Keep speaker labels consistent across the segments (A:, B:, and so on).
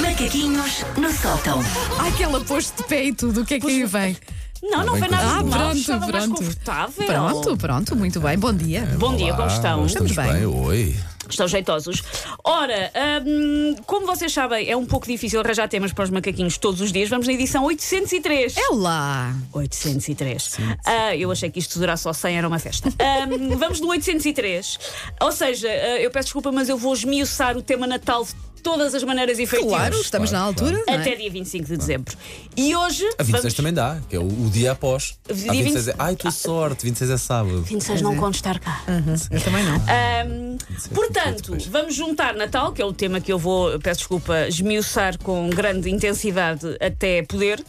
A: Macaquinhos no sótão.
B: Ai, que ela pôs-te de pé e tudo, o que é que aí vem?
C: Não, não
D: bem
C: foi nada
D: com-
C: de mal.
B: Ah, pronto,
C: Estava mais
B: pronto.
C: confortável.
B: Pronto, pronto, muito bem, bom dia.
C: Bom dia, como estão?
D: Estamos
B: Estamos bem.
D: bem. Oi.
C: Estão jeitosos. Ora, hum, como vocês sabem, é um pouco difícil arranjar temas para os macaquinhos todos os dias. Vamos na edição 803.
B: É lá.
C: 803. Ah, eu achei que isto durar só 100 era uma festa. Ahm, Hum, vamos no 803. Ou seja, ah, eu peço desculpa, mas eu vou esmiuçar o tema Natal de todas as maneiras e feitios.
B: Claro, estamos na
D: claro,
B: altura. não é?
C: Até dia 25 de dezembro. E hoje.
D: A 26
C: vamos...
D: também dá, que é o, o dia após. A
C: Dia Ah.
D: 26 é. Ai, tua sorte, 26 é sábado.
C: 26 não conto estar cá.
B: Eu também não.
C: Ah.
D: é
C: Ahm, portanto, vamos juntar Natal, que é o tema que eu vou, peço desculpa, esmiuçar com grande intensidade até poder,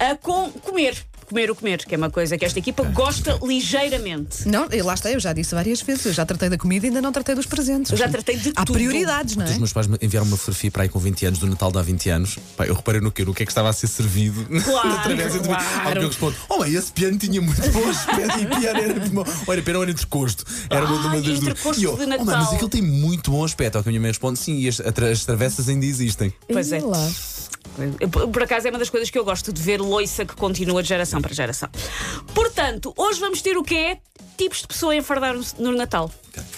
C: ah, com comer. Comer o comer, que é uma coisa que esta equipa gosta ligeiramente.
B: Não, e lá está, eu já disse várias vezes. Eu já tratei da comida e ainda não tratei dos presentes.
C: Eu já tratei de
B: Há
C: tudo.
B: prioridades,
C: um,
B: não é?
D: Os meus pais me enviaram uma fotografia para aí com 20 anos, do Natal de há 20 anos. Pá, eu reparei no que, no que é que estava a ser servido.
C: Claro,
D: na travessa de-
C: claro.
D: Ao que eu respondo: Oh, mãe, esse piano tinha muito bom aspecto e piano era de mão. Olha, piano era entrecosto. Era uma de uma
C: Ai,
D: das duas.
C: entrecosto
D: E eu,
C: de
D: Oh, mãe, mas
C: Natal."
D: aquilo tem muito bom aspecto. Ao que a minha mãe responde: Sim, e as, atra- as travessas ainda existem.
C: Pois
B: Ih,
C: é.
B: lá.
C: Eu, Por por acaso é uma das coisas que eu gosto de ver loiça que continua de geração para geração. Portanto, hoje vamos ter o que é tipos de pessoa a enfardar no, no Natal.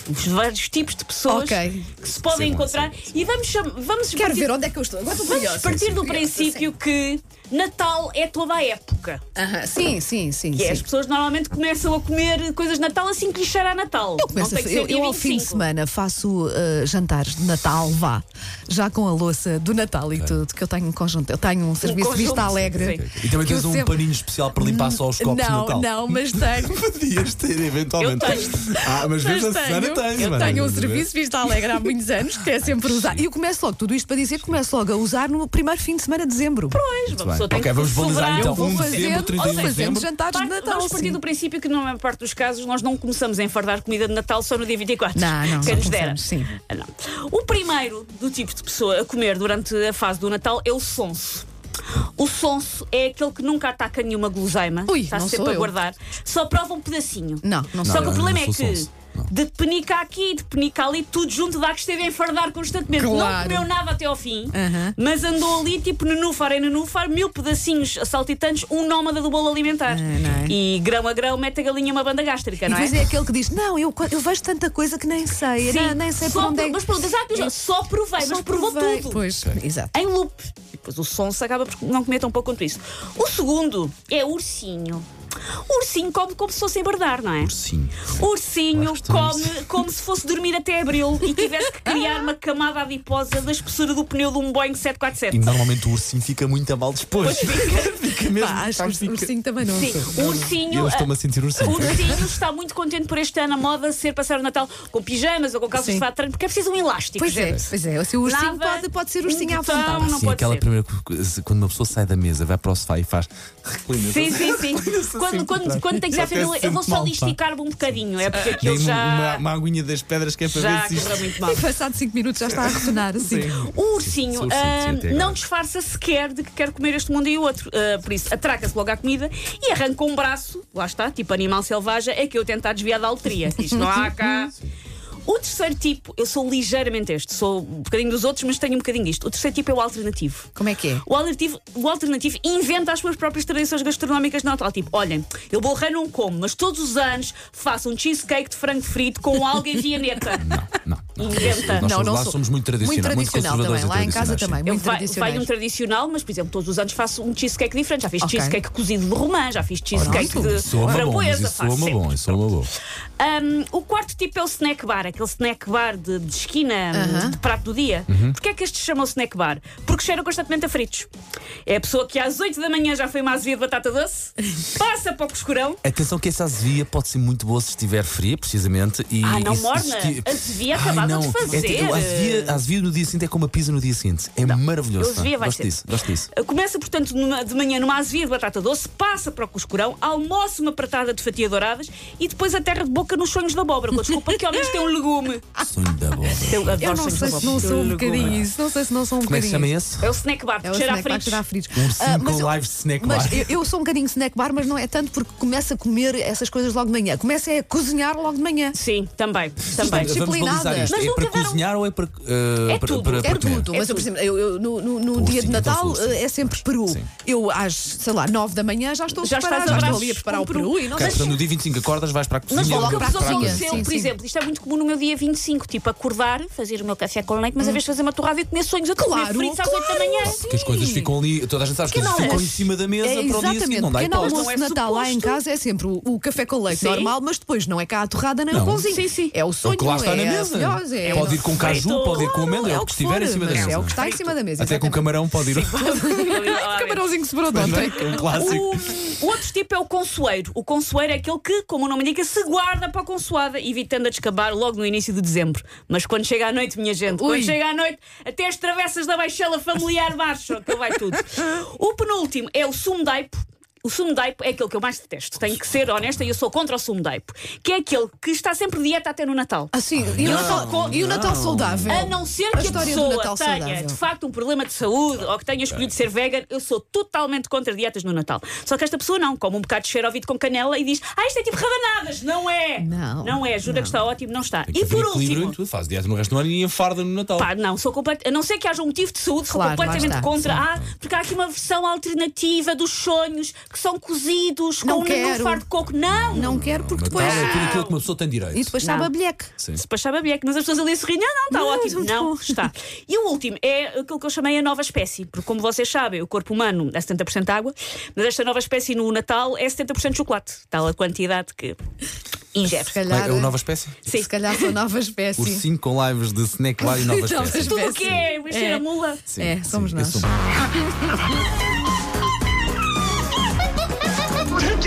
C: Os vários tipos de pessoas
B: Ok.
C: que se podem
D: Sim,
C: encontrar e vamos cham- vamos
B: Quero
C: partir-
B: ver onde é que eu estou. Agora estou
C: Vamos
B: curiosa.
C: partir do princípio que Natal é toda a época.
B: Aham, Sim, sim, sim.
C: E
B: sim.
C: é as pessoas normalmente começam a comer coisas de Natal assim que lhes cheira a Natal.
B: Eu, começo
C: Não
B: a
C: tem que
B: fa-
C: ser
B: Então, eu,
C: dia
B: eu ao fim de
C: 25.
B: semana faço uh, jantares de Natal, vá, já com a louça do Natal e tudo, que eu tenho um conjunto, eu tenho um serviço de
C: conjunto,
B: vista alegre.
C: sim.
D: E também
B: que
D: tens
B: eu
D: um
B: sempre-
D: paninho especial para limpar só os copos de
B: Não,
D: Natal.
B: não, mas tenho.
D: Podias ter, eventualmente.
C: Eu tenho.
D: Ah,
B: Mas
D: mas vês a Susana
B: tenho,
D: tens,
B: eu
D: mano.
B: tenho um serviço de vista alegre há muitos anos que é sempre usar. E eu começo logo, tudo isto para dizer que começo logo a usar no primeiro fim de semana de dezembro.
C: Pois, uma
D: Muito bem.
C: pessoa tem
D: Ok,
C: que
D: vamos
C: celebrar.
D: valorizar então
B: vou
D: 1 de
B: fazer-
D: dezembro, 31
B: ou
D: de
B: seja,
D: dezembro.
B: jantares de
C: Parte-
B: Natal.
C: vamos partir
B: sim.
C: do princípio que, na maior parte dos casos, nós não começamos a enfardar comida de Natal só no dia 24.
B: Não, não,
C: Quem
B: não
C: nos dera.
B: começamos, sim.
C: Ah, não. O primeiro do tipo de pessoa a comer durante a fase do Natal é o sonso. O sonso é aquele que nunca ataca nenhuma guloseima,
B: Ui,
C: está
B: não
C: sempre
B: sou
C: a
B: eu.
C: guardar, só prova um pedacinho.
B: Não, não
C: Só
B: sou
C: que o
B: eu.
C: problema
D: não
C: é
D: sou
C: que
D: sonso. Não.
C: de penica aqui, de penica ali, tudo junto dá que esteve a enfardar constantemente. Não
B: Claro.
C: comeu nada até ao fim,
B: Aham.
C: mas andou ali tipo nenúfar em nenúfar, mil pedacinhos saltitantes, um nómada do bolo alimentar.
B: não é?
C: E grão a grão mete a galinha uma banda gástrica,
B: E
C: não é?
B: depois é aquele que diz: Não, eu, eu vejo tanta coisa que nem sei, não, nem sei por
C: só
B: onde é
C: pro-
B: que-
C: mas pronto, exato, só provei, mas
B: Só
C: provou
B: provei.
C: tudo.
B: Pois, exato.
C: Em loop. E depois o som se acaba por não comer tão pouco quanto isso. O segundo é o ursinho. O ursinho come como se fosse embardar, não é?
D: Sim.
C: O ursinho
D: Gosto
C: come como se fosse dormir até abril e tivesse que criar uma camada adiposa da espessura do pneu de um Boeing
D: E
C: 747.
D: normalmente o ursinho fica muito a mal disposto. Fica mesmo.
B: Pá, acho
D: sabes,
B: que o
D: fica-
B: ursinho também não.
C: Sim,
B: sou.
C: o
D: E eu
C: ursinho. eh,
D: estou-me a sentir
C: O
D: ursinho.
C: ursinho está muito contente por este ano a moda ser passar o Natal com pijamas ou com calças
B: Sim.
C: de fato de treino, porque é preciso um elástico.
B: Pois é,
C: gente.
B: pois é. Se o ursinho
C: Lava
B: pode, pode ser ursinho
C: um
B: à
C: botão,
B: vontade.
C: não
D: Sim,
C: pode
D: aquela
C: ser.
D: primeira. co- Quando uma pessoa sai da mesa, vai para o sofá e faz. Reclina.
C: Sim, sim, sim. quando, quando, quando tem que ser a família, eu vou só
D: mal, pá.
C: listicar-me um bocadinho, é porque aquilo
D: Dei-me um
C: já.
D: uma, uma aguinha das pedras que é para
C: Já
D: ver se
C: correu
D: isto.
C: muito mal.
B: E passado 5 minutos já está a retornar assim.
C: O ursinho
D: Sou ursinho,
C: ah,
D: sim, até
C: não
D: agora.
C: disfarça sequer de que quer comer este mundo e o outro. Ah, por isso, atraca-se logo à comida e arranca um braço, lá está, tipo animal selvagem, é que eu tentar desviar da alteria. Isto não há cá. O terceiro tipo, eu sou ligeiramente este, sou um bocadinho dos outros, mas tenho um bocadinho disto. O terceiro tipo é o alternativo.
B: Como é que é?
C: O alternativo, o alternativo inventa as suas próprias tradições gastronómicas de Natal. Tipo, olhem, eu borrei não como, mas todos os anos faço um cheesecake de frango frito com alga e vianeta.
D: Não, não.
C: Inventa.
D: Nós somos,
B: não
D: lá
B: sou-
D: somos muito tradicionais.
B: Muito tradicional
D: conservadores
B: também. Lá
D: e
B: em casa também.
D: tradicionais,
C: Eu
B: Muito
C: vai,
B: tradicional.
C: vai um tradicional, mas por exemplo, todos os anos faço um cheesecake diferente. Já fiz
B: Ok.
C: cheesecake cozido de romã, já fiz cheesecake
B: isso-
C: de
D: sim. Soa-me bom, mas
C: framboesa.
D: isso
C: faço
D: soa-me
C: sempre.
D: bom, isso é soa-me bom.
C: Um, o quarto tipo é o snack bar, aquele snack bar de, de esquina,
B: Aham.
C: de prato do dia. Porquê é que este se chama o snack bar? Porque cheira constantemente a fritos. É a pessoa que às 8 da manhã já foi uma azia de batata doce, passa para o coscurão.
D: Atenção que essa azevia pode ser muito boa se estiver fria, precisamente. E,
C: Ah, não
D: e se-
C: morna.
D: se esti-
C: Azevia
D: Ai,
C: acabada
D: não.
C: de fazer.
D: É, a azevia, a azevia no dia seguinte é como a pizza no dia seguinte. É maravilhoso.
C: a azevia
D: pá.
C: vai
D: gosto
C: ser.
D: disso, gosto disso.
C: Começa, portanto, numa- de manhã numa azevia de batata doce, passa para o coscurão, almoça uma pratada de fatia douradas e depois a terra de boca nos sonhos da abóbora. Com a desculpa que ao menos tem um legume.
D: Sonho da bola. é
C: Eu, adoro
B: Eu não
C: sonhos
B: sei
C: da
B: se não
C: abóbora.
B: sou um
C: Legume.
B: bocadinho isso. Não sei se não sou um
D: Como é que se chama
B: bocadinho.
D: esse?
C: É o snack bar,
B: É
C: que
B: o
C: cheira a
B: snack bar,
C: fritos.
B: cheira a fritos.
D: Ursinho
B: Ah, mas
D: com
B: eu-
D: live snack
B: mas
D: bar.
B: eu, eu sou um bocadinho snack bar, mas não é tanto porque começo a comer essas coisas logo de manhã. Começo é a cozinhar logo de manhã.
C: Sim, também.
D: é Vamos-
C: também.
B: disciplinada.
D: Vamos balizar isto. Mas
C: Mas
D: é
C: nunca
D: para
C: deram-
D: cozinhar ou é para. uh,
C: É
D: para-
C: tudo,
D: para-
C: é
B: É
D: para comer?
B: tudo,
C: É
B: mas eu, por
C: tudo.
B: exemplo, eu, eu no, no- no
D: Focinho,
B: dia de
D: então
B: Natal
D: focinho.
B: eh, é sempre peru.
D: Sim.
B: Eu às, sei lá, nove da manhã já estou
C: Já
B: a preparar,
C: estás
B: já
C: a
B: estou
C: braços
B: ali a preparar
C: com
B: o peru e não sei.
D: Ok, portanto, no dia 25 acordas, vais para a cozinha.
C: Mas
B: Sim,
C: o
B: logo
C: que
B: para
C: vos
B: a cozinha.
C: aconteceu,
B: Sim,
C: por
B: sim.
C: exemplo, isto é muito comum no meu dia 25, tipo acordar, fazer o meu café com leite, mas a vez de fazer uma torrada e comer sonhos, eu
B: Hum. Claro,
C: comer fritos às 8 da
B: claro,
C: manhã.
B: sim.
D: Que as coisas ficam ali, toda a gente sabe, as coisas
B: Pequeno
D: ficam em
B: almoço.
D: cima da mesa
B: É,
D: para o dia seguinte,
B: exatamente,
D: não dá
B: pequeno
D: hipótese.
B: almoço
C: Não é
B: de Natal lá em
C: suposto.
B: casa é sempre o, o café com leite
C: Sim.
B: normal, mas depois não é cá a torrada nem o
D: Não.
B: pãozinho.
C: Sim, sim.
B: É o
D: É
B: sonho,
D: o que lá está
B: é
D: na
B: a
D: mesa.
B: filhose, é-
D: Pode ir com caju,
C: Feito.
D: pode ir com amêndoa, é o que estiver
B: for,
D: em cima da
B: mas
D: mesa.
B: É o que está em cima da mesa.
D: Até com
B: exatamente.
D: camarão pode ir.
B: camarãozinho que sobrou de ontem.
D: É um clássico.
C: O, o outro tipo é o consoeiro. O consoeiro é aquele que, como o nome indica, se guarda para a consoada, evitando a descabar logo no início de dezembro. Mas quando chega à noite, minha gente,
B: Ui.
C: quando chega à noite, até as travessas da baixela familiar marcham, que vai tudo. O penúltimo é o sumo daipo. O sumo daipo é aquele que eu mais detesto. Tenho que ser honesta e eu sou contra o sumo daipo. Que é aquele que está sempre de dieta até no Natal.
B: Ah, sim, e, o
C: Não,
B: Natal, e o Natal saudável.
C: A Ah, não ser
B: A
C: que a,
B: história do
C: pessoa
B: Natal
C: tenha
B: saudável.
C: de facto um problema de saúde ou que tenha escolhido ser vegan, eu sou totalmente contra dietas no Natal. Só que esta pessoa não, come um bocado de cheiro ao vidro com canela e diz: Ah, isto é tipo rabanadas! Não é!
B: Não,
C: é, jura que está ótimo, não está.
D: Tem que
C: E
D: haver
C: por
D: equilíbrio
C: último.
D: em tudo. Faz dieta no resto do ano e enfarda no Natal.
C: Pá, não, sou complet... a não ser que haja um motivo de saúde, sou
B: Claro, lá
C: completamente
B: está,
C: contra. Ah, porque há aqui uma versão alternativa dos sonhos que são cozidos
B: Não
C: com
B: quero.
C: um far de coco. Não!
B: Não quero porque
D: Natal
B: depois.
D: é tudo aquilo que uma pessoa tem
B: E
D: direito.
B: depois sabe
C: Não.
B: a bilheque.
D: Sim.
C: Se pachava bem, mas as pessoas ali a sorrir, não, não, está
B: Não,
C: ótimo.
B: muito
C: Não,
B: bom.
C: está. E o último é aquilo que eu chamei a nova espécie, porque como vocês sabem, o corpo humano é 70% água, mas esta nova espécie no Natal é 70% chocolate, tal a quantidade que ingere.
B: Se calhar.
D: É uma nova espécie?
C: Sim.
B: Se calhar são nova espécie.
D: Ursinho com lives de snack bar e nova
B: Nova
D: espécie.
C: Tudo o que é mexer
B: É.
C: a mula.
D: Sim,
B: É,
D: sim,
B: somos nós.
D: esse sou-
A: Take